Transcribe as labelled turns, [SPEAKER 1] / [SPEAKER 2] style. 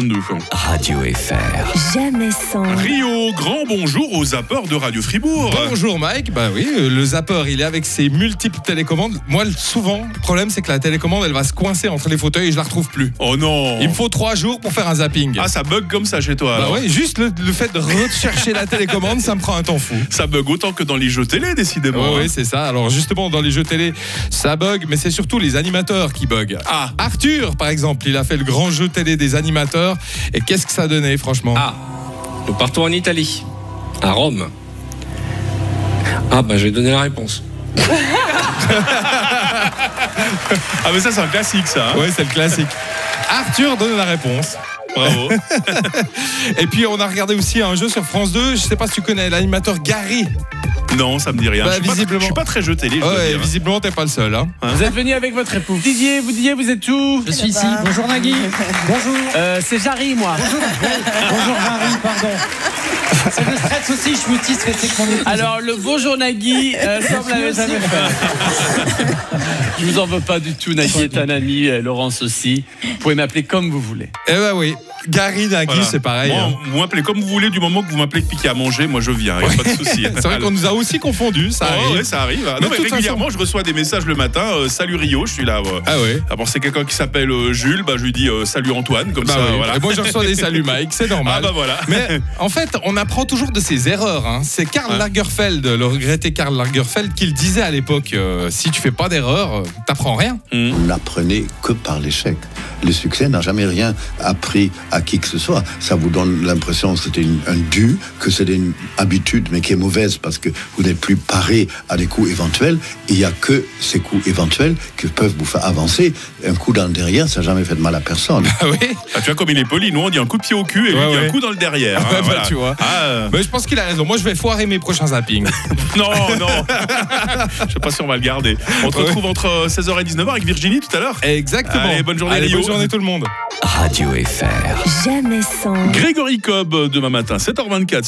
[SPEAKER 1] 22.
[SPEAKER 2] Radio FR.
[SPEAKER 3] Jamais sans.
[SPEAKER 1] Rio, grand bonjour aux apports de Radio Fribourg.
[SPEAKER 4] Bonjour Mike, bah oui, euh, le zapper il est avec ses multiples télécommandes. Moi le- souvent, le problème c'est que la télécommande elle va se coincer entre les fauteuils et je la retrouve plus.
[SPEAKER 1] Oh non.
[SPEAKER 4] Il me faut trois jours pour faire un zapping.
[SPEAKER 1] Ah, ça bug comme ça chez toi.
[SPEAKER 4] bah
[SPEAKER 1] alors.
[SPEAKER 4] oui, juste le, le fait de rechercher la télécommande, ça me prend un temps fou.
[SPEAKER 1] Ça bug autant que dans les jeux télé, décidément. hein.
[SPEAKER 4] Oui, c'est ça. Alors justement, dans les jeux télé, ça bug, mais c'est surtout les animateurs qui bug.
[SPEAKER 1] Ah.
[SPEAKER 4] Arthur, par exemple, il a fait le grand jeu télé des animateurs. Et qu'est-ce que ça donnait, franchement
[SPEAKER 5] Ah, nous partons en Italie, à Rome. Ah, bah, je vais donner la réponse.
[SPEAKER 1] Ah, mais ça, c'est un classique, ça. hein.
[SPEAKER 4] Ouais, c'est le classique. Arthur donne la réponse.
[SPEAKER 1] Bravo.
[SPEAKER 4] Et puis on a regardé aussi un jeu sur France 2. Je sais pas si tu connais l'animateur Gary.
[SPEAKER 1] non, ça me dit rien.
[SPEAKER 4] Bah,
[SPEAKER 1] je, suis pas-
[SPEAKER 4] visiblement.
[SPEAKER 1] je suis pas très jeu télé. je hein. dois
[SPEAKER 4] Ouais,
[SPEAKER 1] dire.
[SPEAKER 4] visiblement t'es pas le seul. Hein.
[SPEAKER 6] Vous êtes venu avec votre épouse. Didier, vous Didier, vous êtes où
[SPEAKER 7] Je suis ici. Bonjour Nagui. Bonjour.
[SPEAKER 6] Euh, C'est Jarry, moi.
[SPEAKER 7] Bonjour Marie, pardon. Ça me stresse aussi, je me tisse c'est que mon épouse.
[SPEAKER 6] Alors, le bonjour Nagui, euh, ça, vous l'avez jamais fait. Je vous en veux pas du tout. Nagui est un ami, euh, Laurence aussi. Vous pouvez m'appeler comme vous voulez.
[SPEAKER 4] Eh ben oui, Gary Nagui
[SPEAKER 1] Voilà.
[SPEAKER 4] c'est pareil.
[SPEAKER 1] Moi,
[SPEAKER 4] hein.
[SPEAKER 1] Vous m'appelez comme vous voulez, du moment que vous m'appelez piquer à manger, moi je viens, y a pas de souci.
[SPEAKER 4] C'est vrai qu'on nous a aussi confondus, ça
[SPEAKER 1] Ah
[SPEAKER 4] arrive.
[SPEAKER 1] ouais, ça arrive. Ah,
[SPEAKER 4] De
[SPEAKER 1] Non, mais
[SPEAKER 4] toute
[SPEAKER 1] régulièrement, je reçois des messages le matin. euh, salut Rio, je suis là. ouais.
[SPEAKER 4] Ah ouais.
[SPEAKER 1] Ah bon, c'est quelqu'un qui s'appelle euh, Jules, bah je lui dis euh, salut Antoine, comme
[SPEAKER 4] Bah
[SPEAKER 1] ça.
[SPEAKER 4] oui.
[SPEAKER 1] voilà.
[SPEAKER 4] Et moi je reçois des saluts Mike, c'est normal.
[SPEAKER 1] Ah bah voilà.
[SPEAKER 4] Mais en fait, on apprend toujours de ses erreurs. hein. C'est Karl
[SPEAKER 1] Ouais.
[SPEAKER 4] Lagerfeld, le regretté Karl Lagerfeld, qui le disait à l'époque euh, si tu fais pas d'erreur, euh, t'apprends rien.
[SPEAKER 8] On n'apprenait que par l'échec. Le succès n'a jamais rien appris à qui que ce soit. Ça vous donne l'impression que c'était une- un dû, que c'était une habitude, mais qui est mauvaise parce que vous n'êtes plus paré à des coups éventuels. Il n'y a que ces coups éventuels qui peuvent vous faire avancer. Un coup dans le derrière, ça n'a jamais fait de mal à personne.
[SPEAKER 4] Ah oui
[SPEAKER 1] Ah, tu vois, comme il est poli, nous on dit un coup de pied au cul et lui
[SPEAKER 4] Ouais,
[SPEAKER 1] il dit
[SPEAKER 4] ouais.
[SPEAKER 1] un coup dans le derrière. hein,
[SPEAKER 4] bah,
[SPEAKER 1] voilà.
[SPEAKER 4] tu vois.
[SPEAKER 1] Ah, euh,
[SPEAKER 4] Mais je pense qu'il a raison. Moi je vais foirer mes prochains zappings.
[SPEAKER 1] non, non. Je sais pas si on va le garder. On te
[SPEAKER 4] Ouais.
[SPEAKER 1] retrouve entre euh, 16h et 19h avec Virginie tout à l'heure.
[SPEAKER 4] Exactement.
[SPEAKER 1] Allez, bonne journée,
[SPEAKER 4] Allez,
[SPEAKER 1] Rio.
[SPEAKER 4] bonne journée tout le monde.
[SPEAKER 2] Radio FR.
[SPEAKER 3] Jamais sans.
[SPEAKER 1] Grégory Cobb euh, demain matin, 7h24.